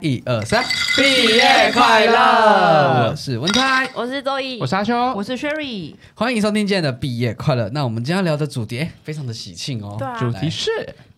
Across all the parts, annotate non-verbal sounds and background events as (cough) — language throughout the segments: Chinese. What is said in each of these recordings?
一二三，毕业快乐我是文泰，我是周易，我是阿修，是 Sherry，欢迎收听今天的毕业快乐。那我们今天要聊的主题诶非常的喜庆哦，对啊主题是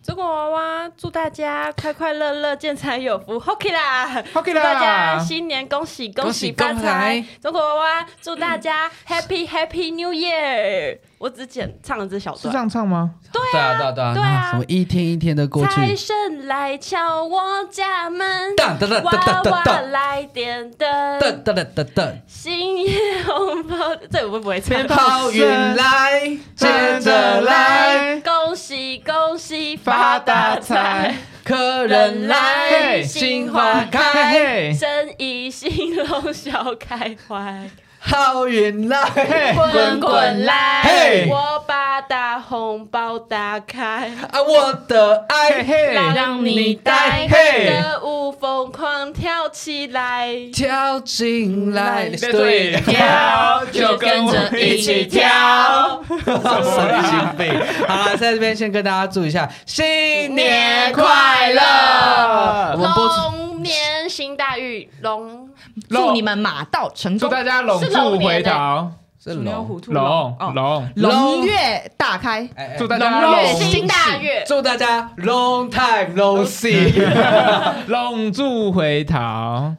中国娃娃，祝大家快快乐乐、健财有福，Hockey 啦！ OK 祝大家新年恭喜恭喜喜发恭喜财！中国娃娃，祝大家 Happy Happy New Year！我只简唱了这小是段这。样唱吗？对啊对啊对啊，对啊那什么一天一天的过财去，神来敲我家门哒哒哒，哒哒娃哒哒娃来点噔灯，噔噔噔噔，新年红包，这我会不会唱？好运来，接着来，来，恭喜恭喜发发大大财财！客人来，嘿心花开，嘿嘿，生意兴隆，笑开怀，好运来，嘿滚滚来嘿！我把大红包打开，啊，我的嘿爱嘿，让你带嘿歌舞疯狂跳起来，跳进嗯来，来 (laughs) 对，跳就跟着一起跳。神经病。好了，在这边先跟大家祝一下新年快乐。我们播出龙年行大运，龙祝你们马到成祝功，大家龙是龙柱年回欸头，是鼠牛龙，虎兔龙哦龙，龙龙月大开，哎哎祝大家龙月龙行大运。祝大家 long time no see。龙柱回头，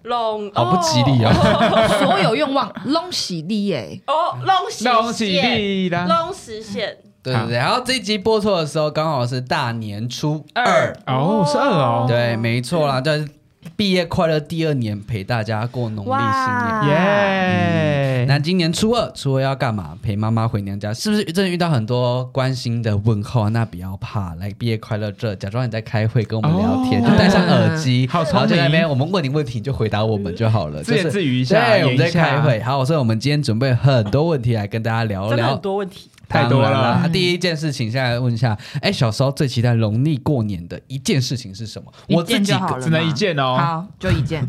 龙 (laughs) 好不吉利啊哦！所有愿望 (laughs) 拢喜利耶！哦，龙实恭喜现，你啦！龙实现， (laughs) 对对对，然后这一集播出的时候刚好是大年初二，哦，是二哦，对，没错啦，就是毕业快乐第二年陪大家过农历新年。哦哇耶！那今年初二，初二要干嘛？陪妈妈回娘家，是不是真的遇到很多关心的问候啊？那不要怕，来毕业快乐这，假装你在开会跟我们聊天，哦就戴上耳机，好然后聪就在那边明我们问你问题，你就回答我们就好了，自言就是自语一下对，演我们在一下开会。好，所以我们今天准备很多问题来跟大家聊真的很聊。多问题。太多了当然啦啊第一件事情，现在问一下，哎，小时候最期待农历过年的一件事情是什么？我自一件己就，好了嘛，只能一件哦好，就一件，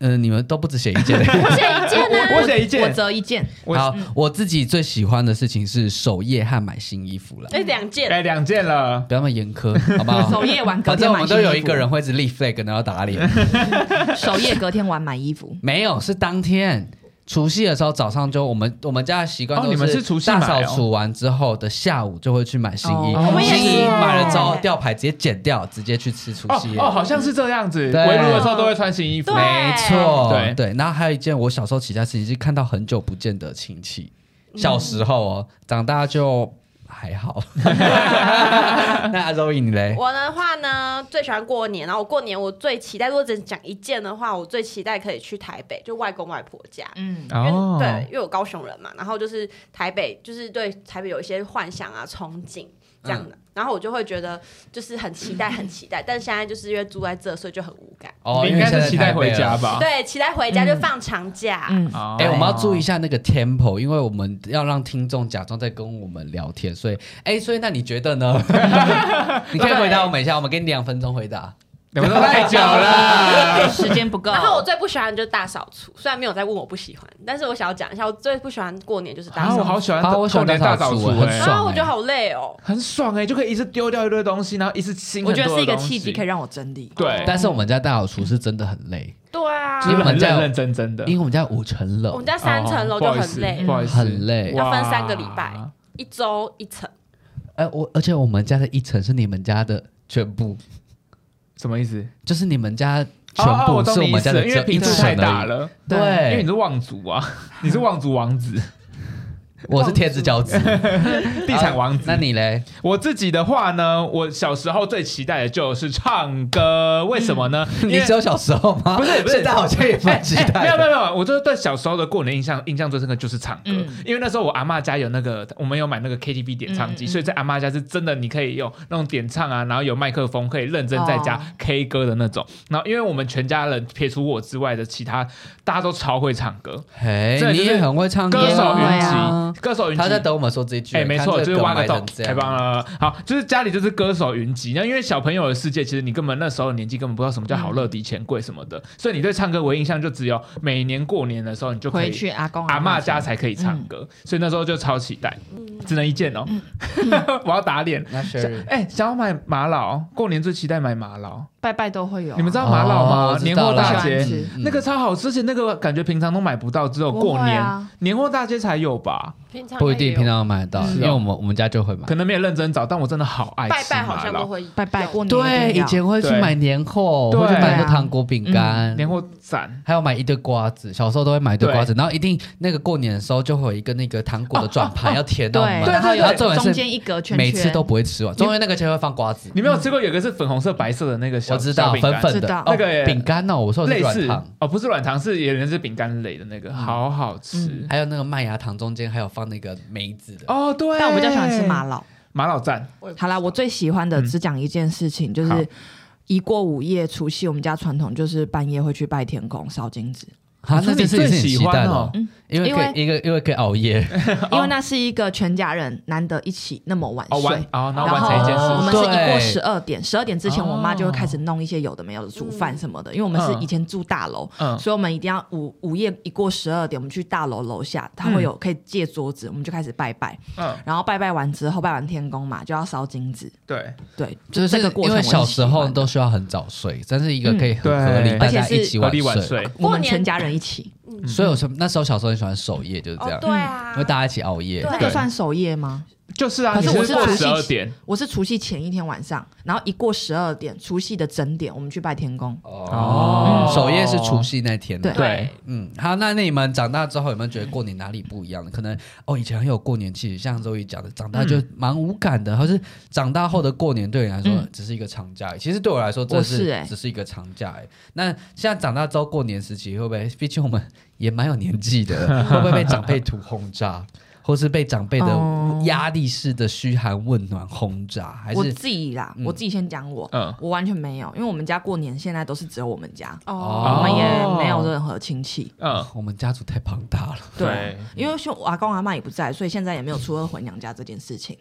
嗯、你们都不止写一件。 (laughs) 我写一件呢 (laughs) 我写一件我嗯折一件，我好，我自己最喜欢的事情是守夜和买新衣服了。哎，两件，哎，两件了，不要那么严苛，好不好首？页玩，隔反天正我买们新都衣服有一个人，会一直立 flag，然后打脸。首页隔天玩买衣服，没有，是当天除夕的时候早上就我们我们家的习惯哦都你们是除夕大买哦扫除完之后的下午就会去买新衣哦我，们也新衣是买了之后吊牌直接剪掉，直接去吃除哦夕夜。哦，好像是这样子，对围炉的时候都会穿新衣服对，没错，对对。然后还有一件我小时候期待的事情是看到很久不见的亲戚，小嗯时候哦，长大就还 (laughs) 好。那阿周颖你哎嘞？我的话呢，最喜欢过年，然后我过年我最期待，如果只讲一件的话，我最期待可以去台北，就外公外婆家。嗯，因为、哦，对，因为我高雄人嘛，然后就是台北，就是对台北有一些幻想啊、憧憬这样的，嗯然后我就会觉得就是很期待、很期待，但是现在就是因为住在这，所以就很无感。哦，你因应为该现在是期待台北回了家吧？对，期待回家就放长假。嗯，哦，哎、我们要注意一下那个 tempo，因为我们要让听众假装在跟我们聊天，所以，哎、所以那你觉得 (laughs) 呢？你可以回答我们一下，我们给你两分钟回答。你们都太久了。时间不够，然后我最不喜欢的就是大扫除，虽然没有在问我不喜欢，但是我想要讲一下，我最不喜欢过年就是大啊，扫除，我好喜欢啊我喜欢过年大扫除，大扫除很哎爽然后我欸觉得好累哦。很爽哎，就可以一次丢掉一堆东西，然后一次清我很觉多的得是一个东西契机，可以让我整理。对，但是我们家大扫除是真的很累，对啊，就是因为我们很家有认认真真的因，为我们家五层我楼们，家三层楼就哦很累不，好意思，不好意思很累哇要分三个礼拜一周一层，哎、我而且我们家的一层是你们家的全部，什么意思？就是你们家全哦哦部我懂是我你意们家思的了，因只为有一平数层而太已大。了，因为对你，是望族啊， (laughs) 你是望族王 (laughs) 子，我是天之骄子，地产王子那。你嘞？我自己的话呢，我小时候最期待的就是唱歌，为什么 (laughs) 呢？因你为只有小时候吗？ (laughs) 不是不是哎现在好像也蛮期待的、没有没有没有，我就是对小时候的过年印象印象最深刻就是唱歌，嗯因为那时候我阿嬷家有那个，我们有买那个 KTV 点唱机，嗯嗯嗯所以在阿嬷家是真的你可以用那种点唱啊，然后有麦克风可以认真在家哦 K 歌的那种。然后因为我们全家人撇除我之外的其他，大家都超会唱歌，嘿这，你就是也很会唱歌啊，歌手云集，对啊啊，歌手云集他在等我们说这一句。哎、没看错，这就个是挖梗个埋洞成这太样棒了。好，就是家里就是歌手云集，那因为小朋友的世界，其实你根本那时候的年纪根本不知道什么叫好乐嗯迪、钱柜什么的，所以你对唱歌唯一印象就只有每年过年的时候你就可回以去阿公阿妈嬷嗯家才可以唱歌，所以那时候就超期待，只能一件哦，嗯 (laughs) 我要打脸。那 Sherry 哎、想要买玛瑙，过年最期待买玛瑙。拜拜都会有啊。你们知道玛瑙吗？哦知年道货了大我街喜欢吃嗯那个超好吃，而且那个感觉平常都买不到，只有不过会年、啊年货大街才有吧？平常不一定也有平常买得到，是哦因为我们我们家就会买。可能没有认真找，但我真的好爱吃拜拜好麻像辣都会拜拜有过年对，一定以要前会去对买年货，对会去买很多糖果、饼干嗯、年货展。还有买一堆瓜子，小时候都会买一堆瓜子，然后一定那个过年的时候就会有一个那个糖果的转盘要填到满，哦对，然然后有后重中点是间一格圈圈，每次都不会吃完，你中间那个就会放瓜子，你没有吃过有一个是粉红色、白色的那个小我知道小饼干粉粉知的道哦那个耶饼干哦，我说的是类软似糖，哦，不是软糖，是有人是饼干类的那个，好好吃嗯还有那个麦芽糖中间还有放那个梅子的，哦。对，但我比较喜欢吃麻辣。麻老赞，好啦，我最喜欢的只讲一件事情，就嗯好是一过午夜除夕，我们家传统就是半夜会去拜天公烧金纸，啊，那件事也是很期待的哦你最喜欢哦嗯，因为可以，因为因为可以熬 (laughs) 夜，因为那是一个全家人难得一起那么晚哦完睡。哦，那然完后成一件我们事哦情，是一过对十二点，十二点之前我妈就会开始弄一些有的没有的煮饭嗯什么的，因为我们是以前住大楼，嗯所以我们一定要午午夜一过十二点，我们去大楼楼下，它会有可以借桌子，我们就开始拜拜，嗯，然后拜拜完之后拜完天公嘛，就要烧金纸，对，对，就这是个过因程为我是小时喜候欢的都需要很早睡，但是一个可以很合理，嗯对大家一而且起是合理晚睡睡，我过们年全家人一起，嗯嗯所以我说那时候小时候很喜欢守夜，就是这哦样，对啊，因为大家一起熬夜对。那个算守夜吗？就是啊，可是你我是是过除夕十二点，我是除夕前一天晚上，然后一过十二点，除夕的整点，我们去拜天公。哦嗯守夜是除夕那天的。对对，嗯，好，那那你们长大之后有没有觉得过年哪里不一样的？可能哦，以前很有过年气，像周瑜讲的，长大就蛮无感的，或是长大后的过年对你来说嗯只是一个长假而已。其实对我来说，这我是欸只是一个长假而已。那现在长大之后过年时期，会不会？毕竟我们也蛮有年纪 (laughs) 的，会不会被长辈图轰炸，或是被长辈的哦压力式的嘘寒问暖轰炸？还我是自己啦，嗯我自己先讲我，嗯，我完全没有，因为我们家过年现在都是只有我们家，哦我们也没有任何亲戚。嗯，啊我们家族太庞大了？对，因为像我阿公阿妈也不在，所以现在也没有初二回娘家这件事情。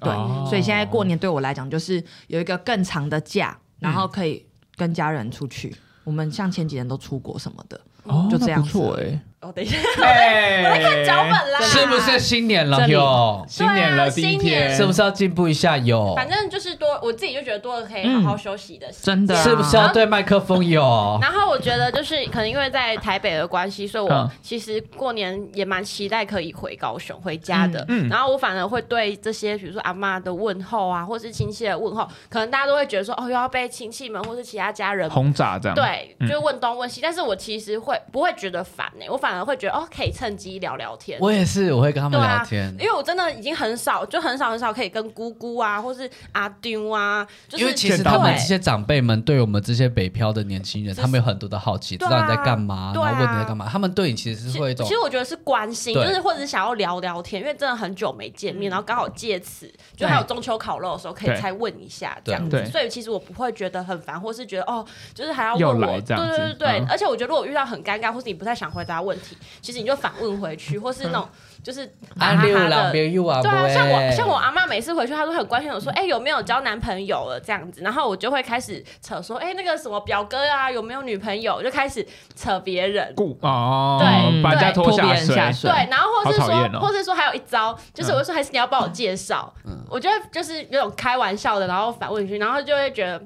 对，哦所以现在过年对我来讲就是有一个更长的假，然后可以跟家人出去。我们像前几年都出国什么的，哦就这样那不错子 (laughs) 哎，哦，等一下，哎，我在看脚本啊啦，是不是？新年了这里哟？新年了第一对啊新天，年是不是要进步一下哟？反正就是多，我自己就觉得多了可以好嗯好休息的时间真的啊是不是要对麦克风有？然后我觉得就是可能因为在台北的关系，所以嗯我其实过年也蛮期待可以回高雄回家的。嗯嗯然后我反而会对这些比如说阿妈的问候啊，或是亲戚的问候，可能大家都会觉得说哦，又要被亲戚们或是其他家人。轰炸这样，对，嗯就是问东问西，但是我其实会不会觉得烦呢、我反而会觉得哦，可以趁机聊聊天。我也是，我会跟他们对啊聊天，因为我真的已经很少，就很少很少可以跟姑姑啊，或是阿丢啊，就是因为其实他们对这些长辈们对我们这些北漂的年轻人，就是他们有很多的好奇，知对啊道你在干嘛，对啊然后问你在干嘛，他们对你其实是其会有一种其实我觉得是关心，就对嗯是或者是想要聊聊天，因为真的很久没见面，然后刚好借此，就还有中秋烤肉的时候可对以再问一下这嗯样对子。所以其实我不会觉得很烦，或是觉得哦，就是还要又问来我，这对样子对对对。嗯而且我觉得如果遇到很尴尬，或是你不太想回答问题，其实你就反问回去，或是那 (laughs) 种就是啊哈安哈六郎的。别又啊，对啊，喂像我像我阿妈每次回去，她都很关心我说，哎、有没有交男朋友了这样子，然后我就会开始扯说，哎、那个什么表哥啊，有没有女朋友，就开始扯别人，故哦，对把人家对拖拖下别人下水水，对，然后或是啊好讨说，厌哦嗯或是说还有一招，就是我就说还是你要帮我介绍，我觉得就是有种开玩笑的，然后反问句，然后就会觉得。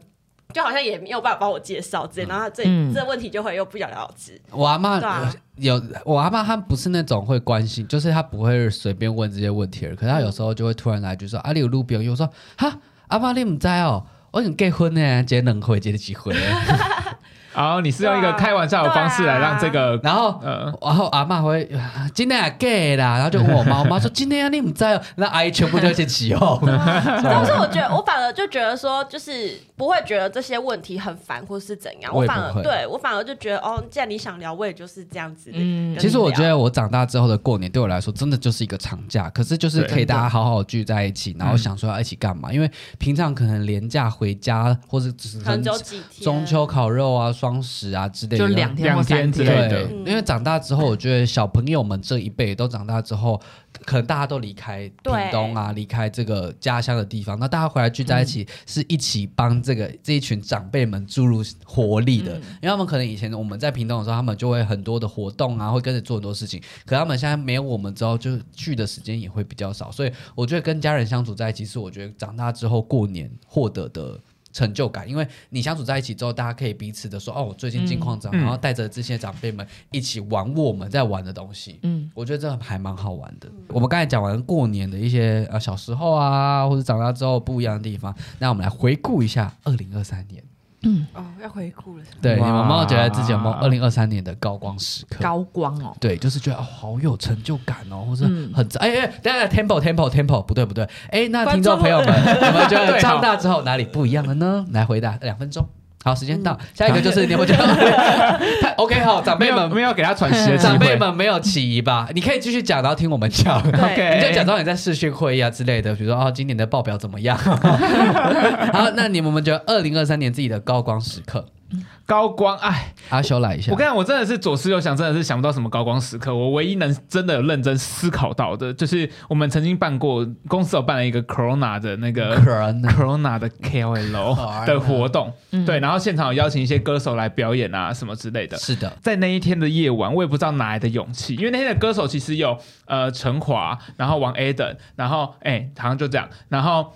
就好像也没有办法帮我介绍之类，然后他这、嗯这问题就会又不了了 (laughs) 之。我阿妈、对啊有我阿妈，她不是那种会关心，就是她不会随便问这些问题的人，可是她有时候就会突然来一句说：“啊，你有路边？”我说：“哈，阿妈你唔知哦，我已经结婚呢，结两回，结了几回。然哦后你是用一个对啊开玩笑的方式啊来让这 (laughs) 个”，然后呃，然后阿妈会啊今天也 gay 啦，然后就问我妈，我妈说今天啊你唔知哦，那阿姨全部都先起哄。啊但是我觉得，我反而就觉得说，就是不会觉得这些问题很烦或是怎样。我我也反不而会对我反而就觉得，哦，既然你想聊，我也就是这样子。嗯跟其你实我聊觉得我长大之后的过年对我来说，真的就是一个长假，可是就是可以大家好好聚在一起，然后想说要一哎起干嘛？因为平常可能连假回家，或者只是可能只有几天。中秋烤肉啊、双十啊之类的，就两天或两三天之对类的嗯因为长大之后，我觉得小朋友们这一辈都长大之后，可能大家都离开屏对东啊，离开这个家乡的地方，那大家回来聚在一起，是一起帮这个这一群长辈们注入活力的。因为他们可能以前我们在屏东的时候，他们就会很多的活动啊，会跟着做很多事情。可他们现在没有我们之后，就去的时间也会比较少，所以我觉得跟家人相处在一起，是我觉得长大之后过年获得的。成就感，因为你相处在一起之后，大家可以彼此的说：“哦，我最近近况怎么样？”嗯然后带着这些长辈们一起玩我们在玩的东西。嗯，我觉得这还蛮好玩的。我们刚才讲完过年的一些呃小时候啊，或者长大之后不一样的地方，那我们来回顾一下二零二三年。哦，要回顾了。对，你哇们有没有觉得自己有没有二零二三年的高光时刻？高光哦，对，就是觉得哦，好有成就感哦，或是嗯很哎哎，等一下 tempo tempo tempo 不对不对，哎，那观听众众朋友们，你们觉对得哦长大之后哪里不一样了呢？来回答两分钟。好，时间到，下一个就是你们觉得太 OK 好，长没辈有们没有给他喘息的 (laughs) 机长辈 (laughs) 会。们没有起疑吧？ (laughs) 你可以继续讲，然后听我们 (laughs) 讲。对 OK 你就假装你在视讯会议啊之类的，比如说哦，今年的报表怎 (laughs) 么样？好，那你们们觉得二零二三年自己的高光时刻，高光，哎，阿修来一下我。跟你讲，我真的是左思右想，真的是想不到什么高光时刻。我唯一能真的有认真思考到的，就是我们曾经办过，公司有办了一个 Corona 的那个可能 Corona 的哦哎 KOL 的活动，嗯对，然后现场有邀请一些歌手来表演啊，什么之类的。是的，在那一天的夜晚，我也不知道哪来的勇气，因为那天的歌手其实有呃陈华，然后王 A 等，然后哎、好像就这样，然后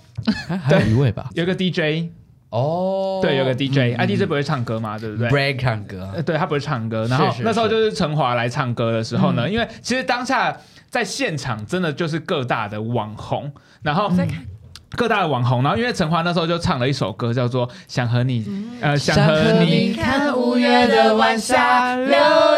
还啊还有一位吧？有一个 DJ，哦，对，有个 DJ，哎、嗯 DJ 不会唱歌嘛，对不对？ break 唱歌啊呃，对他不会唱歌，然后是是那时候就是陈华来唱歌的时候呢，因为其实当下在现场真的就是各大的网红，然后各大的网红，然后因为陈华那时候就唱了一首歌叫做《想和你》，呃，想和你看五月的晚霞六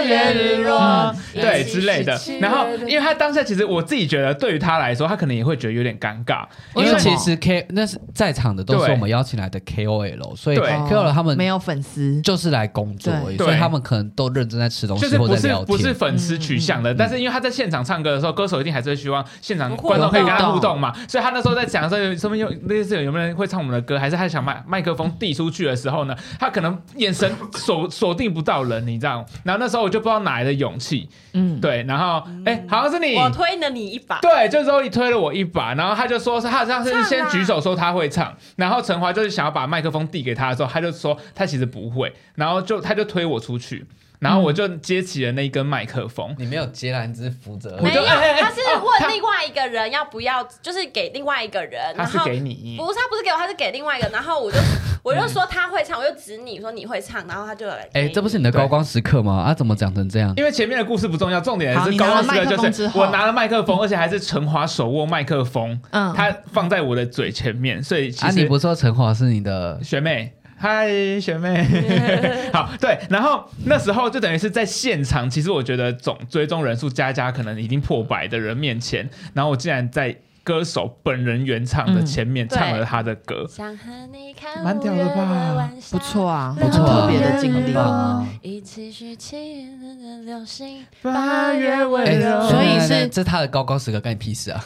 月日落，嗯啊对一起之类的去。然后，因为他当下其实我自己觉得，对于他来说，他可能也会觉得有点尴尬，因为为什其么实 K 那是在场的都是对我们邀请来的 KOL，所以对哦 KOL 他们没有粉丝，就是来工作而已，对所以他们可能都认真在吃东就西是或不者是聊不是天。粉丝取向的，但是因为他在现场唱歌的时候，歌手一定还嗯是会希望现场观众可以跟他互动嘛，所以他那时候在讲的时候，有什么有类似有没有人会唱我们的歌，还是他想麦麦克风递出去的时候呢，他可能眼神锁锁定不到人，你知道吗？然后那时候我就不知道哪来的勇气，嗯，对，然后哎、好像是你。 (laughs) 我推了你一把， (laughs) 对，就周易推了我一把，然后他就说是他好像是先举手说他会唱，然后陈华就是想要把麦克风递给他的时候，他就说他其实不会，然后就他就推我出去，然后我嗯就接起了那一根麦克风，你没有接啦，你只是扶着而已。我没就有，哎哎哎他是哦他问另外一个人要不要，就是给另外一个人，他然是后给你，不是他不是给我，他是给另外一个，然后我就 (laughs) 我就说他会唱，我就指你说你会唱，然后他就来。哎，这不是你的高光时刻吗？啊，怎么讲成这样？因为前面的故事不重要，重点好是你高拿了光时刻麦克风就是之后我拿了麦克风，而且还是陈华手握麦克风，嗯他放在我的嘴前面，所以其啊，你实不是说陈华是你的学妹。嗨，学妹，好，对，然后那时候就等于是在现场，其实我觉得总追踪人数加加可能已经破百的人面前，然后我竟然在歌手本人原唱的前面对唱了他的歌，想和你看蛮屌的吧五月晚上不错，啊，不错啊很特别的经历。啊？一起去亲吻的流星，八月温哎，柔，所以是等等等这是他的高光时刻，干你屁事啊？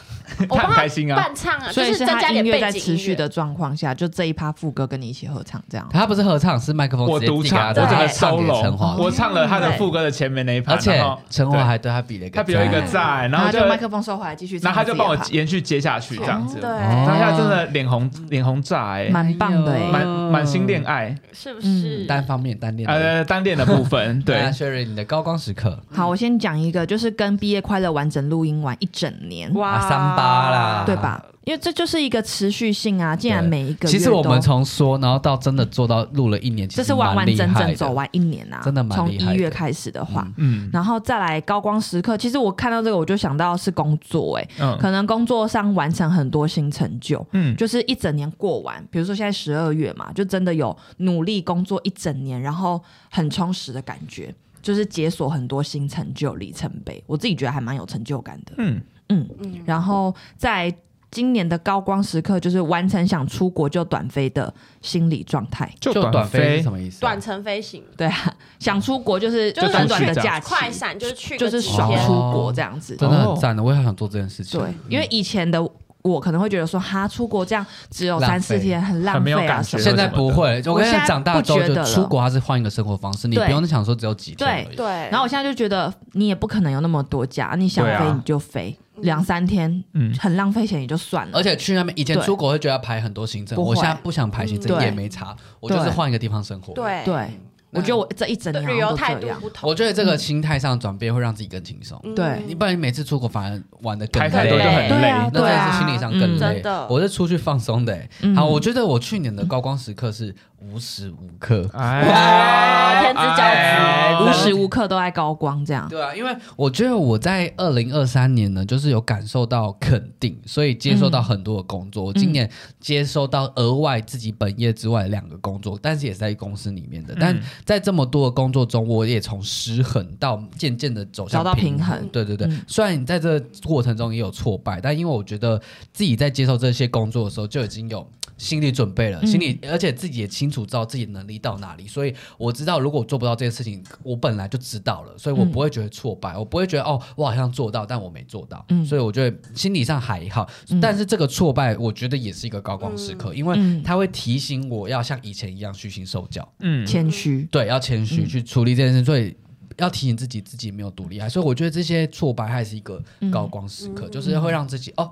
我他帮很他开心啊，伴唱啊，所以就是是他增加音点乐背在景持续音乐的状况下，就这一趴副歌跟你一起合唱，这样他不是合唱，是麦克风我直接独递给他然唱，我后整他个唱给陈 solo，华我的，唱了他的对副歌的前面那一趴，而且然后陈对华还对他比了一个他赞，比了一个赞，然后他就就麦克风收回来继续唱然后他自己就的帮趴，我延续接下去这样子，哦对，当下真的脸红脸红炸哎，蛮棒的欸满嗯满心恋爱，是不嗯是？单方面单恋的。呃，单恋的 (laughs) 部分，对那，Sherry，你的高光时刻好，我先讲一个，就是跟毕业快乐完整录音完一整年，啊，三八啦，对？吧？因为这就是一个持续性啊，竟然对每一个其实月我都们从说，然后到真的做到录了一年，其这实是完蛮完厉害整整的走完一年啊，真的蛮从厉害的一月开始的话。嗯然后再来高光时刻，其实我看到这个我就想到是工作、欸，嗯可能工作上完成很多新成就，嗯，就是一整年过完，比如说现在十二月嘛，就真的有努力工作一整年，然后很充实的感觉，就是解锁很多新成就里程碑，我自己觉得还蛮有成就感的。嗯，嗯，然后在今年的高光时刻，就是完成想出国就短飞的心理状态。就就短短飞是飞什，么意思啊？短程飞行对啊，想出国就是就是短短的哦去假期，快闪就是去就个是几爽天出国这样子。嗯真的很赞的，我也很想做这件事情。对，因为以前的我可能会觉得说，哈，出国这样只有三四天，很浪很没费有啊感觉什么的。现在不会，我我跟你现在讲，长大之后不觉就得了出国，还是换一个生活方式，你对不用想说只有几天而已。对，然然后我现在就觉得，你也不可能有那么多假，你想对啊飞你就飞，两三天嗯，很浪费钱也就算了。而且去那边以前对出国会觉得要排很多行程，不会我现在不想排行程嗯也对没差，我就是对换一个地方生活。，对对，我觉得我这一整对年旅好游态像都这度样。不同，我觉得这个心态上转变会让自己更轻松。嗯对你不然你每次出国反而玩的更排太多就对很对累。啊那真的是心理上更累嗯真。的我是出去放松的、欸。嗯好，我觉得我去年的高光时刻是无时无刻。哇天之骄子哎呦无时无刻都在高光这样。对啊，因为我觉得我在二零二三年呢，就是有感受到肯定，所以接受到很多的工嗯作。我今年接收到额外自己本业之外两个工作，但是也是在公司里面嗯的。但在这么多的工作中，我也从失衡到渐渐的走向找到平平衡对对对，嗯虽然你在这个过程中也有挫败，但因为我觉得自己在接受这些工作的时候就已经有心理准嗯备了，心理而且自己也清楚知道自己的能力到哪里，所以我知道如果我做不到这件事情，我本来就知道了，所以我嗯不会觉得挫败，我不会觉得哦，我好像做到，但我没做到，嗯所以我觉得心理上还好。嗯但是这个挫败，我觉得也是一个高光时刻，因为嗯它会提醒我要像以前一样虚心受教。嗯，谦虚，对，要谦虚嗯去处理这件事，所以要提醒自己，自己没有独立啊。所以我觉得这些挫败还是一个高光时刻，嗯就是会让自己哦，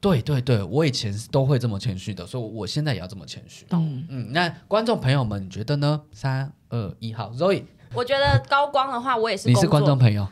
对对对，我以前是都会这么谦虚的，所以我现在也要这么谦虚。嗯，嗯，那观众朋友们，你觉得呢？三二一，好，Zoe，我觉得高光的话，我也是你工作是观众朋友，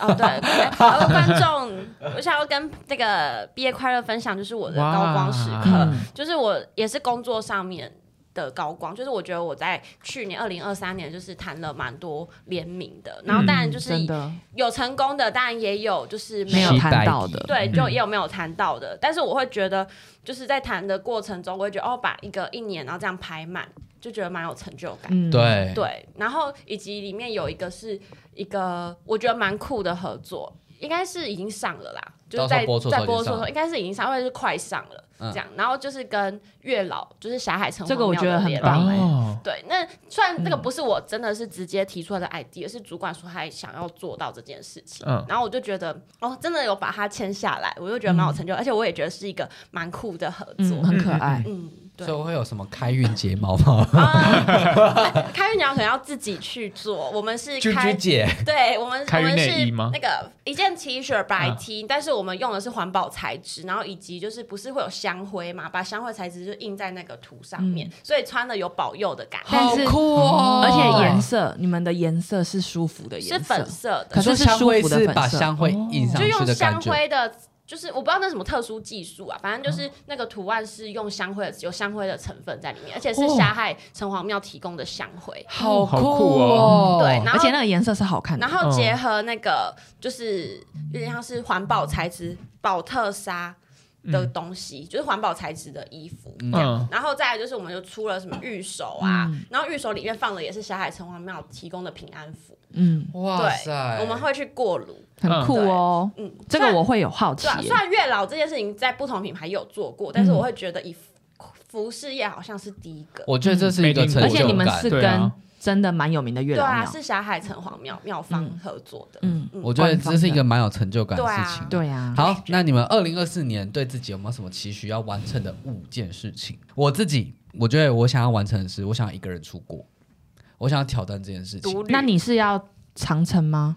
哦，对，然后观众，我想要跟那个毕业快乐分享，就是我的高光时哇刻，就是我也是工作上面。的高光就是，我觉得我在去年二零二三年就是谈了蛮多联名的，然后当然就是嗯真的有成功的，当然也有就是没没有有谈到期待的，对，嗯就也有没有谈到的，但是我会觉得，就是在谈的过程中，我会觉得哦，把一个一年然后这样排满，就觉得蛮有成就感。嗯，对，对，然后以及里面有一个是一个我觉得蛮酷的合作，应该是已经上了啦，就到时是在候播出的时在候播已经上出的了时候应该是已经上，或者是快上了、嗯这样，然后就是跟月老，就是霞海城隍这个我庙觉得的很联棒名哎哦，对，那虽然那个不是我真的是直接提出来的 idea，、是主管说他想要做到这件事情，嗯然后我就觉得哦，真的有把它签下来，我就觉得蛮有嗯成就，而且我也觉得是一个蛮酷的合作嗯，，很可爱，嗯，对所以。会有什么开运睫毛 (laughs) 吗？ (laughs) 啊，开运娘可能要自己去做，我们是居开居姐，对我们开我运们内是衣吗嗯那个一件 T 恤白 T，、但是我们用的是环保材质，然后以及就是不是会有香灰嘛，把香灰材质就印在那个图上面，嗯所以穿的有保佑的感觉，但是嗯酷哦而且颜色，你们的颜色是舒服的是颜色粉，色的可，你说是是香灰舒服的是粉把色哦香灰印上就去用的香感觉。灰的，就是我不知道那什么特殊技术啊，反正就是那个图案是用香灰的，有香灰的成分在里面，而且哦是霞海城隍庙提供的香灰，嗯好好酷酷哦！对，然而后且那个颜色是好看的然。后结合那个就是有点像是环保材质保特纱。的东嗯西、就是环保材质的衣服，这样嗯然后再来就是我们就出了什么玉手啊，嗯然后玉手里面放的也是霞海城隍庙提供的平安符，嗯，哇塞，对，我们会去过炉，很酷哦。嗯，这个我会有好奇对、啊，虽然月老这件事情在不同品牌有做过，嗯但是我会觉得以服服饰业好像是第一个。我觉得这是一个嗯没成听就感。过啊而且你们是对跟啊真的蛮有名的月对老啊，庙，是霞海城隍庙庙方合作的。嗯，嗯我觉得这是一个蛮有成就感的对啊事情。对呀。好，那你们二零二四年对自己有没有什么期许要完成的五件事情？我自己，我觉得我想要完成的是，我想要一个人出国，我想要挑战这件事情。那你是要长城吗？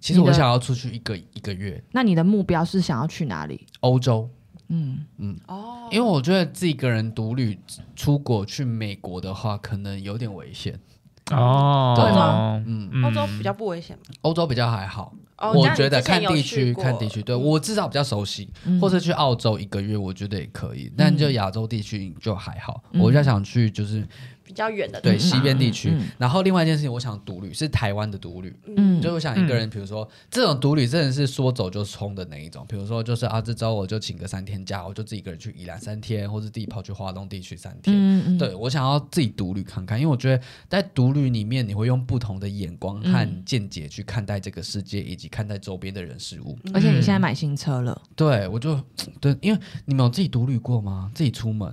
其实我你的想要出去一个一个月，那你的目标是想要去哪里？欧洲，嗯，哦，因为我觉得自己一个人独旅出国去美国的话，可能有点危险。对哦，嗯欧洲比较不危险吗？欧洲比较还好，哦，我那你觉得之前看有地去区，过嗯看地区，对我至少比较熟悉，或者去澳洲一个月，我觉得也可以。但就亚洲地区就还好，嗯我比较想去就是比较远的地对方西边地区嗯。然后另外一件事情，我想独旅是台湾的独旅，嗯就是我想一个人，比如说这种独旅真的是说走就冲的那一种。比如说就是啊，这周我就请个三天假，我就自己一个人去宜兰三天，或者自己跑去华东地区三天。嗯嗯，对我想要自己独旅看看，因为我觉得在独旅里面，你会用不同的眼光和见解去看待这个世界，以及看待周边的人事物。而且你现在买新车了，对我就对，因为你们有自己独旅过吗？自己出门？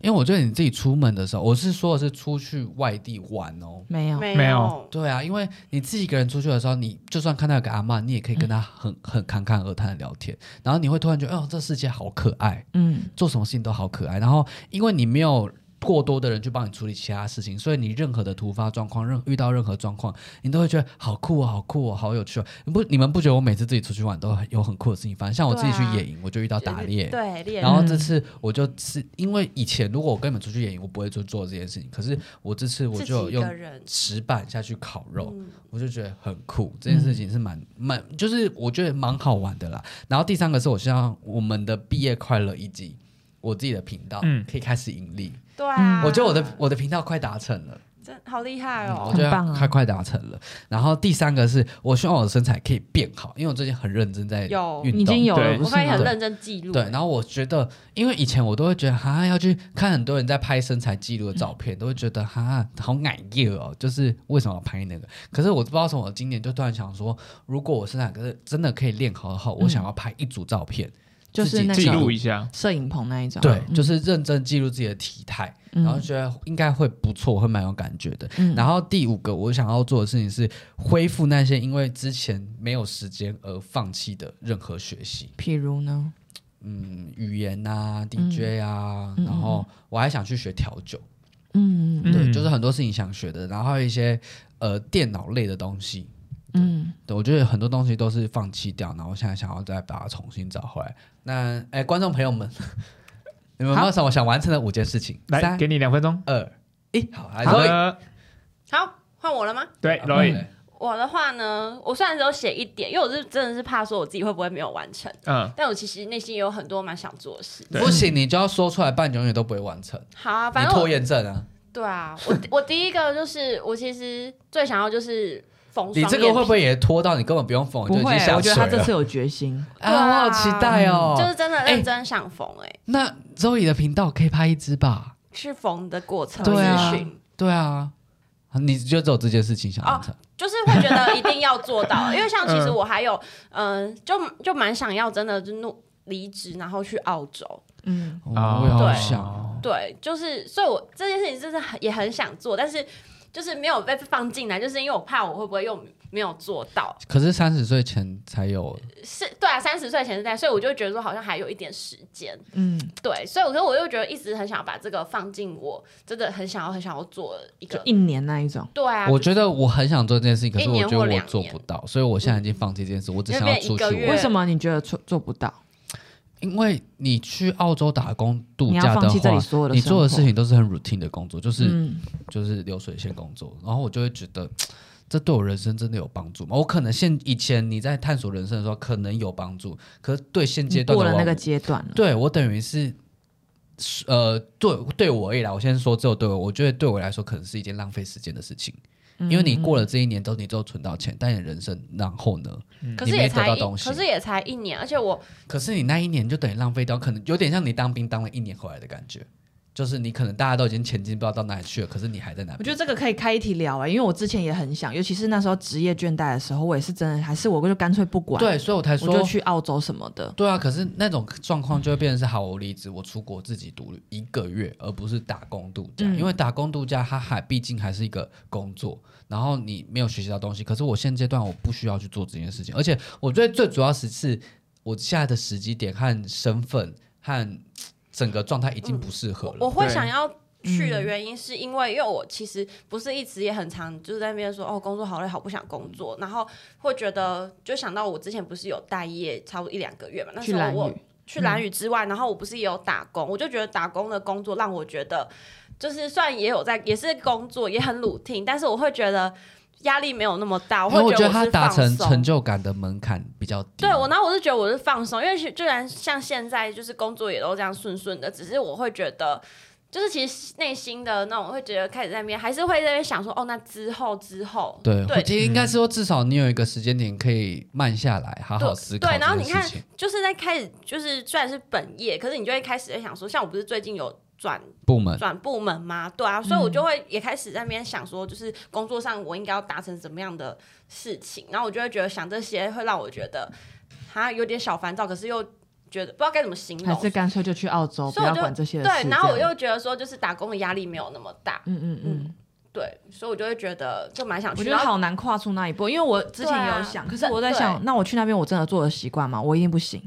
因为我觉得你自己出门的时候，我是说的是出去外地玩哦。没有，没没有有，对啊，因为你自己一个人出去的时候，你就算看到有个阿嬷，你也可以跟她很、很侃侃而谈的聊天，然后你会突然觉得，哦，这世界好可爱，嗯，做什么事情都好可爱。然后因为你没有过多的人去帮你处理其他事情，所以你任何的突发状况，任遇到任何状况，你都会觉得好酷哦，好酷哦，好有趣哦。你不，你们不觉得我每次自己出去玩都很有很酷的事情发生？像我自己去对啊野营，我就遇到打猎，对猎人，然后这次我就是因为以前如果我跟你们出去野营，我不会去做这件事情，可是我这次我自己就有一个用人，石板下去烤肉，嗯我就觉得很酷，这件事情是蛮蛮，就是我觉得蛮好玩的啦。然后第三个是我希望我们的毕业快乐以及我自己的频道嗯可以开始盈利，对啊，嗯我觉得我的我的频道快达成了，真好厉害嗯我哦觉，得很棒啊快快达成了。然后第三个是我希望我的身材可以变好，因为我最近很认真在运有动，已经有了，对不我是发现吗很？认真记录，对，然后我觉得，因为以前我都会觉得哈，要去看很多人在拍身材记录的照片，都会觉得哈，好矮热哦，就是为什么要拍那个？可是我不知道为什么，我今年就突然想说，如果我身材可是真的可以练好的话，我想要拍一组照片，就是那自记己录个一下，摄影棚那一种，对，嗯就是认真记录自己的体态，嗯然后觉得应该会不错，会蛮有感觉的。嗯然后第五个我想要做的事情是恢复那些因为之前没有时间而放弃的任何学习。譬如呢，嗯，语言啊，DJ 啊，嗯嗯然后我还想去学调酒，嗯嗯对，就是很多事情想学的，然后还有一些呃电脑类的东西，嗯，对我觉得很多东西都是放弃掉，然后现在想要再把它重新找回来。那哎，观众朋友们， (laughs) 你们有没有什么想完成的五件事情？来三给你两分钟。二一，好，来，好所以的，好，换我了吗？对好，Roy，来我的话呢，我虽然只有写一点，因为我是真的是怕说我自己会不会没有完成，嗯，但我其实内心也有很多蛮想做的事。对不行，你就要说出来，不然你永远都不会完成，好啊，你反正拖我延症啊！对啊，我我第一个就是我其实最想要就是缝你双这个眼会不皮，会也拖到你根本不用缝，不你就已会经，下我觉得他水这了次有决心，啊！我好期待哦，就是真的认真想缝哎、那周乙的频道可以拍一支吧？是缝的过程对啊咨询。对啊，你就只有这件事情想完成，就是会觉得一定要做到，因为像其实嗯我还有，嗯、就就蛮想要真的就努离职，然后去澳洲，嗯哦我也好想哦。对，就是，所以我这件事情真的很也很想做，但是就是没有被放进来，就是因为我怕我会不会又没有做到。可是三十岁前才有，是对啊，三十岁前是在，所以我就觉得说好像还有一点时间。嗯，对，所以我觉得我又觉得一直很想把这个放进我真的很想要很想要做的一就个。一年那一种，对啊，我觉得我很想做这件事情，可是我觉得一我年或嗯做不到，所以我现在已经放弃这件事，我只想要出去因为变一个玩月。为什么你觉得做做不到？因为你去澳洲打工度你要假放的弃这里话。所有的你做的生事活情都是很 routine 的工作，就是、嗯就是流水线工作，然后我就会觉得，这对我人生真的有帮助吗？我可能现以前你在探索人生的时候可能有帮助，可是对现阶你段过的了我那个阶段了，对我等于是，呃，对对我而言啦，我先说只有对我，我觉得对我来说可能是一件浪费时间的事情，嗯因为你过了这一年之后，你就存到钱，但你人生然后呢？可嗯你是没也才得到一，东西可是也才一年，而且我可是你那一年就等于浪费掉，可能有点像你当兵当了一年回来的感觉，就是你可能大家都已经前进不知道到哪里去了，可是你还在那边。我觉得这个可以开一题聊啊、因为我之前也很想，尤其是那时候职业倦怠的时候，我也是真的，还是我就干脆不管，，对，所以我才我说就去澳洲什么的。对啊，可是那种状况就会变成是好，我离职，我出国自己读一个月，而不是打工度假。嗯因为打工度假它还毕竟还是一个工作，然后你没有学习到东西。可是我现阶段我不需要去做这件事情，而且我觉得最主要是是我现在的时机点和身份和整个状态已经不适合我了。我会对想要。去的嗯原因是因为，因为我其实不是一直也很常就是在那边说哦，工作好累，好不想工作，然后会觉得就想到我之前不是有待业差不多一两个月嘛，那时去候蓝我屿，去蓝嗯屿之外，然后我不是也有打工，我就觉得打工的工作让我觉得，就是虽然也有在，也是工作，也很 routine，但是我会觉得压力没有那么大，因为会我觉得我它是达放成松成。就感的门槛比较低。对我，然后我是觉得我是放松，因为居然像现在就是工作也都这样顺顺的，只是我会觉得。就是其实内心的那种会觉得开始在那边，还是会在那边想说，哦，那之后之后，对，对嗯其实应该是说至少你有一个时间点可以慢下来，好好对思考这对然后件你看事情。就是在开始，就是虽然是本业，可是你就会开始在想说，像我不是最近有转部嗯门转部门嘛，对啊，所以我就会也开始在那边想说，就是工作上我应该要达成什么样的事情，然后我就会觉得想这些会让我觉得，哈，有点小烦躁，可是又觉得不知道该怎么形还容是，干脆就去澳洲，所不以要我就管这些事。对，然后我这样又觉得说，就是打工的压力没有那么大，嗯嗯嗯，对，所以我就会觉得就蛮想我去。觉得然后好难跨出那一步，因为我之前有对想，啊可是我在想，对嗯那我去那边我真的做的习惯吗？我一定不行，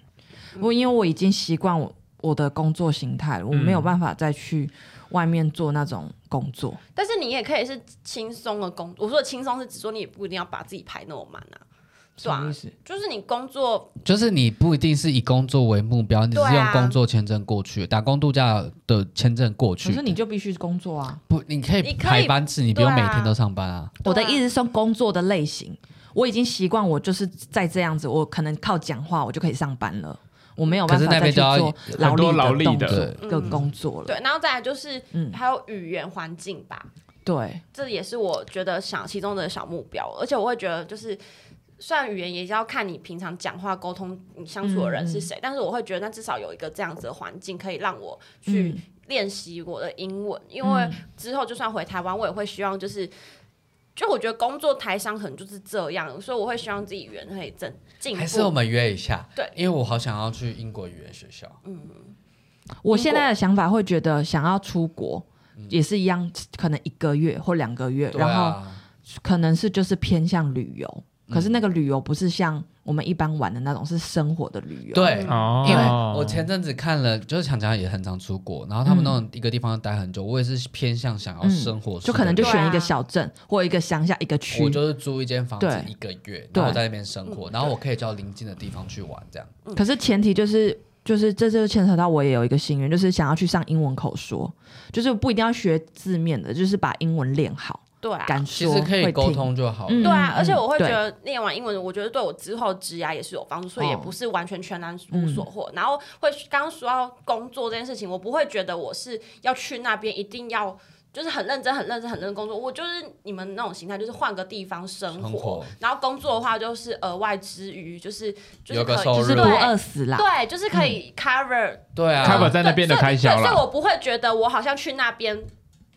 我因为我已经习惯我我的工作形态了，我没有办法再去外面做那种工作。但是你也可以是轻松的工，我说的轻松是指说你也不一定要把自己排那么满啊，对什么啊意，思？就是你工作就是你不一定是以工作为目标，你只是对用啊工作签证过去，打工度假的签证过可去。是你就必须工作啊！不，你可你以可以排班制，你不用每对啊天都上班啊。我的意思是工作的类型，我已经习惯我就是在这样子，我可能靠讲话我就可以上班了，我没有办可法是那再边去就要做很多劳劳力力动的作对跟工作了。对，然后再来就是嗯还有语言环境吧，对，这也是我觉得想其中的小目标，而且我会觉得就是。虽然语言也是要看你平常讲话、沟通、你相处的人是谁，但是我会觉得，那至少有一个这样子的环境，可以让我去嗯练习我的英文。因为之后就算回台湾，我也会希望就是，就我觉得工作台商可能就是这样，所以我会希望自己语言可以正进步。还是我们约一下？对因为我好想要去英国语言学校。我现在的想法会觉得想要出国。也是一样，可能一个月或两个月，嗯对然后啊，可能是就是偏向旅游，嗯可是那个旅游不是像我们一般玩的那种，是生活的旅游。对，啊哦，因为我前阵子看了，就是强强也很常出国，然后他们嗯那种一个地方待很久，我也是偏向想要嗯生活式的人，就可能就对选一个啊小镇或一个乡下一个区我。就是租一间房子对一个月，对然后我在那边生活，然后我可以到邻近的地方去玩，这样。可是前提就是。就是这就牵扯到我也有一个心愿，就是想要去上英文口说，就是不一定要学字面的，就是把英文练好，对啊，敢其说实会可以沟听通就好了。嗯对啊，而且嗯我会觉对得练完英文，我觉得对我之后职涯也是有帮助，所以也哦嗯不是完全全然无所获。然后会刚刚说到工作这件事情，我不会觉得我是要去那边一定要。就是很认真、很认真、很认真工作。我就是你们那种形态，就是换个地方生活，生活然后工作的话就是额外之余，就是就是有可个以收入就是对不饿死啦。对，就是可以嗯 cover 对啊 cover 在那边的开销对，所以啦。我不会觉得我好像去那边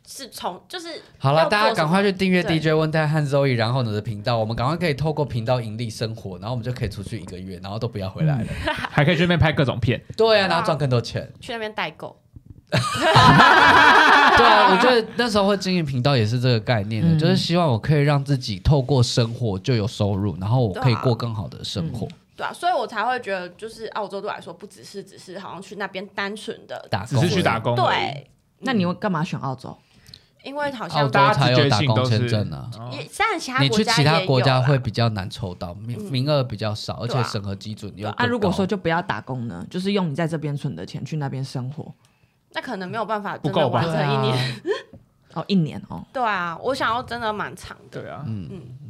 是从就是好了，要做大家什赶么快去订阅对 DJ 温泰和 Zoe，然后你的频道，我们赶快可以透过频道盈利生活，然后我们就可以出去一个月，然后都不要回来了。还可以去那边拍各种片，对啊，然后赚更多 (laughs) 钱。去那边代购。对啊，我觉得那时候会经营频道也是这个概念的，嗯就是希望我可以让自己透过生活就有收入，然后我可以对啊过更好的生活。对啊，所以我才会觉得，就是澳洲对我来说，不只是只是好像去那边单纯的打啊只工是去打工。，对，那你会干嘛选澳洲？因为好澳像洲大家才直有觉打性工都签是证啊。也但其他你去其他国国家家会比较难抽到，名嗯名额比较少，而对且啊审核基准又嗯对啊更啊，如果高说就不要打工呢，就是用你在这边存的钱去那边生活那可能没有办法不真够吧的完整一对年。啊哦，一年哦。对啊，我想要真的蛮长的。对啊，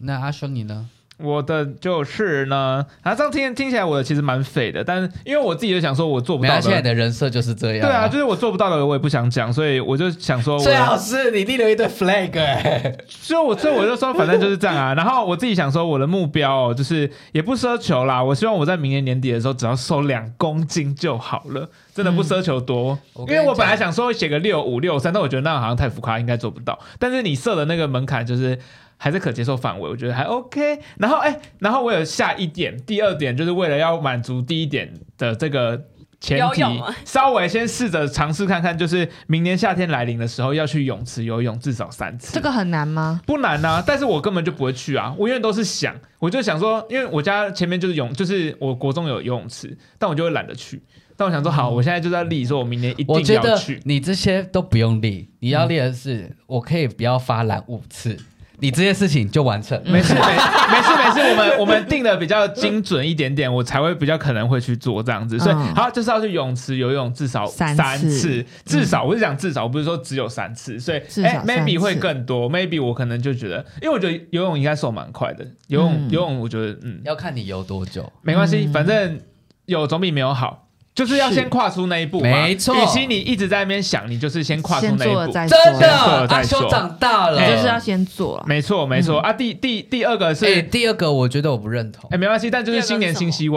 那阿兄你呢？我的就是呢，啊，这样听听起来我的其实蛮废的，但是因为我自己就想说，我做不没到有，现在你的，的人设就是这样。对啊，就是我做不到的，我也不想讲，所以我就想说 (laughs) 我，最好是你立了一堆 flag 哎、所以我所以我就说，反正就是这样啊。然后我自己想说，我的目标、哦、就是也不奢求啦，我希望我在明年年底的时候只要瘦两公斤就好了，真的不奢求多。 (laughs) 嗯我因跟你为我本来想说写个六五六三，但我觉得那好像太浮夸，应该做不到。但是你设的那个门槛就是。还在可接受范围，我觉得还 OK。然后哎、然后我有下一点，第二点就是为了要满足第一点的这个前提游泳啊，稍微先试着尝试看看，就是明年夏天来临的时候要去泳池游泳至少三次。这个很难吗？不难啊，但是我根本就不会去啊，我永远都是想，我就想说，因为我家前面就是泳，就是我国中有游泳池，但我就会懒得去。但我想说，好，我现在就在立，说我明年一我定觉要得去。嗯你这些都不用立，你要立的是、我可以不要发懒五次，你这件事情就完成嗯了。没事， (laughs) 没没事，没事。我们我们定的比较精准一点点，我才会比较可能会去做这样子。所以，嗯好，就是要去泳池游泳至少三次，次嗯至少我是讲至少，我不是说只有三次。所以，至少哎、三 m a y b e 次会更多，maybe 我可能就觉得，因为我觉得游泳应该瘦蛮快的，游泳、嗯游泳，我觉得嗯，要看你游多久。没关系，嗯反正有总比没有好。就是要是先跨出那一步嘛，没错与其你一直在那边想，你就是先跨出先那一做步了。再说啊真的，说了阿再说兄长大了，哎就是要先做了。 (laughs) 没错，没错、啊。第第第二个是，哎、哎、第二个我觉得我不认同。没关系，但就是新年第二个是什新么希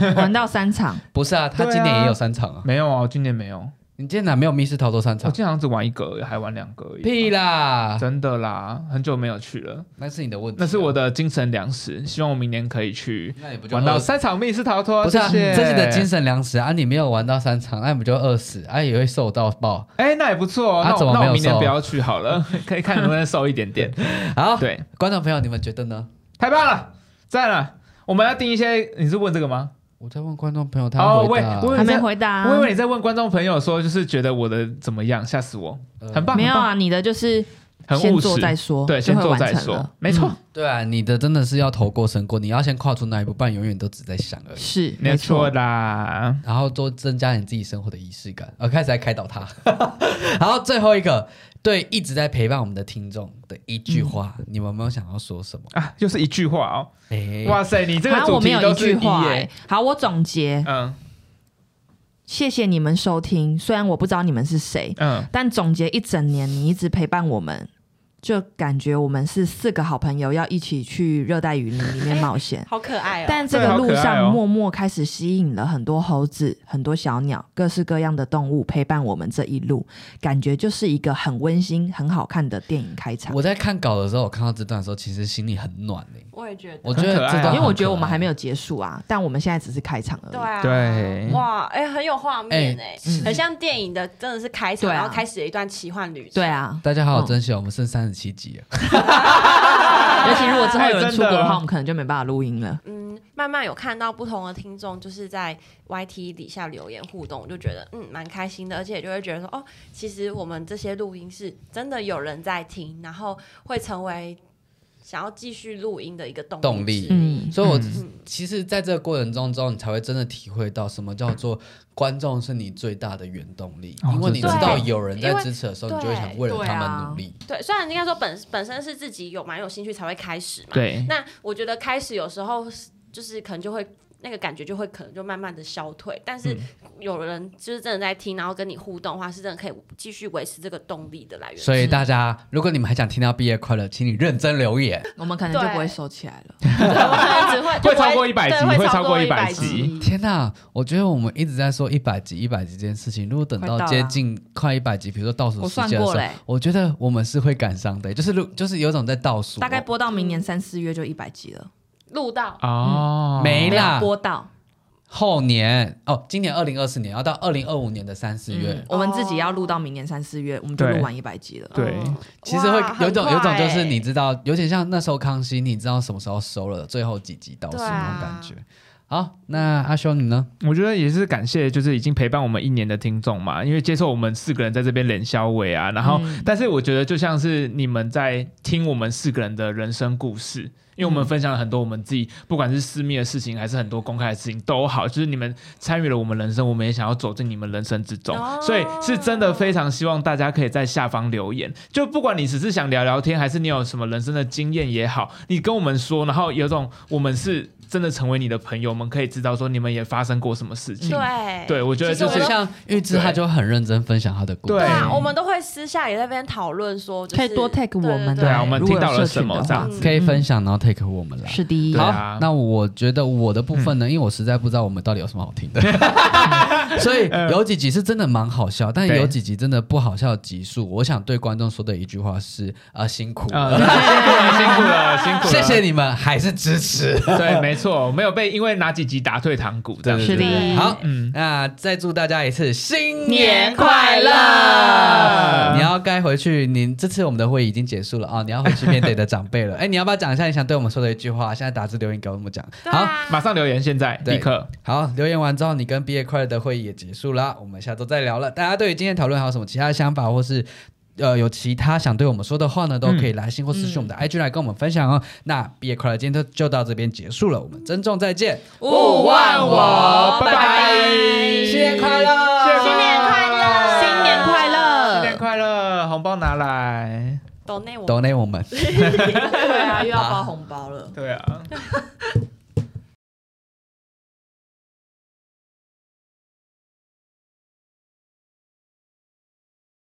望。玩到三场，不是啊，他今对年啊也有三场啊。没有哦，今年没有。你今天哪没有密室逃脱三我场？经常只玩一个而已，还玩两个而已。屁啦，真的啦，很久没有去了，那是你的问题。啊那是我，的精神粮食。希望我明年可以去那你不就玩到饿死三场密室逃脱。不是啊，谢谢这是你的精。神粮食啊！你没有玩到三场，那你不就饿死？啊，也会瘦到爆。哎，那也不错哦。啊那怎我么那没我有明年瘦哦不要去好 (laughs) 了，可以看能不能瘦一点点。好，对，观众朋友，你们觉得呢？太棒了，赞了。我们要定一些，你是问这个吗？我在问观众朋友，他要哦回喂答。喂还没回答、啊我以为你在问观众朋友说，就是觉得我的怎么样，吓死我，呃很棒，没有很棒，啊，你的就是很先务做实。再说，对，就先会做完再成说了，没错，对啊，你的真的是要头过身过，你要先跨出那一步，不然永远都只在想而嗯已。是没错错。啦。然后多增加你自己生活的仪式感。呃，开始来开导他。 (laughs) 然后最后一个，对一直在陪伴我们的听众的一句话，嗯你们有没有想要说什么？啊，又是一句话哦！哎，哇塞，你这个啊主我没题有都一是句话、耶欸。好，我总结，嗯谢谢你们收听。虽然我不知道你们是谁，嗯，但总结一整年，你一直陪伴我们，就感觉我们是四个好朋友，要一起去热带雨林里面冒 (laughs) 险。好可爱哦。但这哎对个好路可爱哦上，默默开始吸引了很多猴子、很多小鸟、各式各样的动物陪伴我们这一路，感觉就是一个很温馨、很好看的电影开场。我在看稿的时候，我看到这段的时候，其实心里很暖诶、我也觉得，我觉得很可爱啊这段，因为我觉得我们还没。有结束啊，但我们现在只是开场而已。对啊，对哇，哎、很有画面哎、哎很像电影的，真的是开场，对啊然后开始了一段奇幻旅程。对，啊，大家好好珍惜哦，我们剩三十七集了。尤其如果之哎后有人真出的国的话，我们可能就没办法录音了。嗯，慢慢有看到不同的听众就是在 YT 底下留言互动，我就觉得嗯蛮开心的，而且就会觉得说哦，其实我们这些录音是真的有人在听，然后会成为想要继续录音的一个动动力力之一。嗯，所以我嗯其实在这个过程中之后，你才会真的体会到什么叫做观众是你最大的原动力，哦因为你知道对有人在因为支持的时候，对你就会想为了对他啊们努力。对，虽然应该说本本身是自己有蛮有兴趣才会开始嘛，对，那我觉得开始有时候是就是可能就会那个感觉就会可能就慢慢的消退，但嗯是有人就是真的在听，然后跟你互动的话，是真的可以继续维持这个动力的来源。啊所以大家，如果你们还想听到毕业快乐，请你认真留言。我们可能就不会对收起来了。 (laughs) 对我可能只会会超过一百集对会会超过一一百集集。嗯天呐，我觉得我们一直在说一百集、一百集这件事情，如果等快到到了接近快一百集，比如说倒数我时算间的时过候了欸，我觉得我们是会感伤的，就是如就是有种在倒数，大概播到明年三四月就一百集了，录到哦，没没有啦，播到。后年哦，今年二零二四年要到二零二五年的三四月。嗯我们自己要录到明年三四月，我们就对录完一百集了。对嗯其实会哇有种很有种快就是你欸知道，有点像那时候康熙，你知道什么时候收了最后几集倒数对那种啊感觉。好，那阿修你呢？我觉得也是感谢，就是已经陪伴我们一年的听众嘛，因为接受我们四个人在这边冷消尾啊，然后，嗯但是我觉得就像是你们在听我们四个人的人生故事，因为我们分享了很多我们自己，不管是私密的事情，还是很多公开的事情都好，就是你们参与了我们人生，我们也想要走进你们人生之中，哦所以是真的非常希望大家可以在下方留言，就不管你只是想聊聊天，还是你有什么人生的经验也好，你跟我们说，然后有种我们是真的成为你的朋友，我们可以知道说你们也发生过什么事情。对嗯对我觉得其实就我是们都像玉芝，他对就很认真分享他的故事。对对啊，我们都会私下也在那边讨论说，就是可以多 tag 对我们对对啊，对我们听到了什么如果有社群的话这样子。可以分享，然后 take 我们来。是的，对好，啊那我觉得我的部分 (laughs) 呢，因为我实在不知道我们到底有什么好听的，嗯所以有几集是真的蛮好笑，但对有几集真的不好笑的集数。我想对观众说的一句话是：啊、辛苦啊、了，辛苦了，辛苦了，辛苦了，谢谢你们，还是支持。对，没错，没有被因为哪几集打退堂鼓这样子。是的。好，嗯，那再祝大家一次新年快乐你要该回去，你这次我们的会议已经结束了啊、你要回去面对你的长辈了。哎，你要不要讲一下你想对我们说的一句话？现在打字留言给我们讲。对好，啊马上留言，现在对立刻。好，留言完之后，你跟毕业快乐的会议也结束啦，我们下周再聊了。大家对于今天讨论还有什么其他的想法，或是呃有其他想对我们说的话呢，都可以来信或私讯我们的 IG 来跟我们分享哦。那毕业快乐今天就就到这边结束了，我们珍重再见，勿忘我拜拜新年快乐，新年快乐新年快乐新年快乐，红包拿来。抖内我们懂内我们。对啊，又要包红包了。对啊。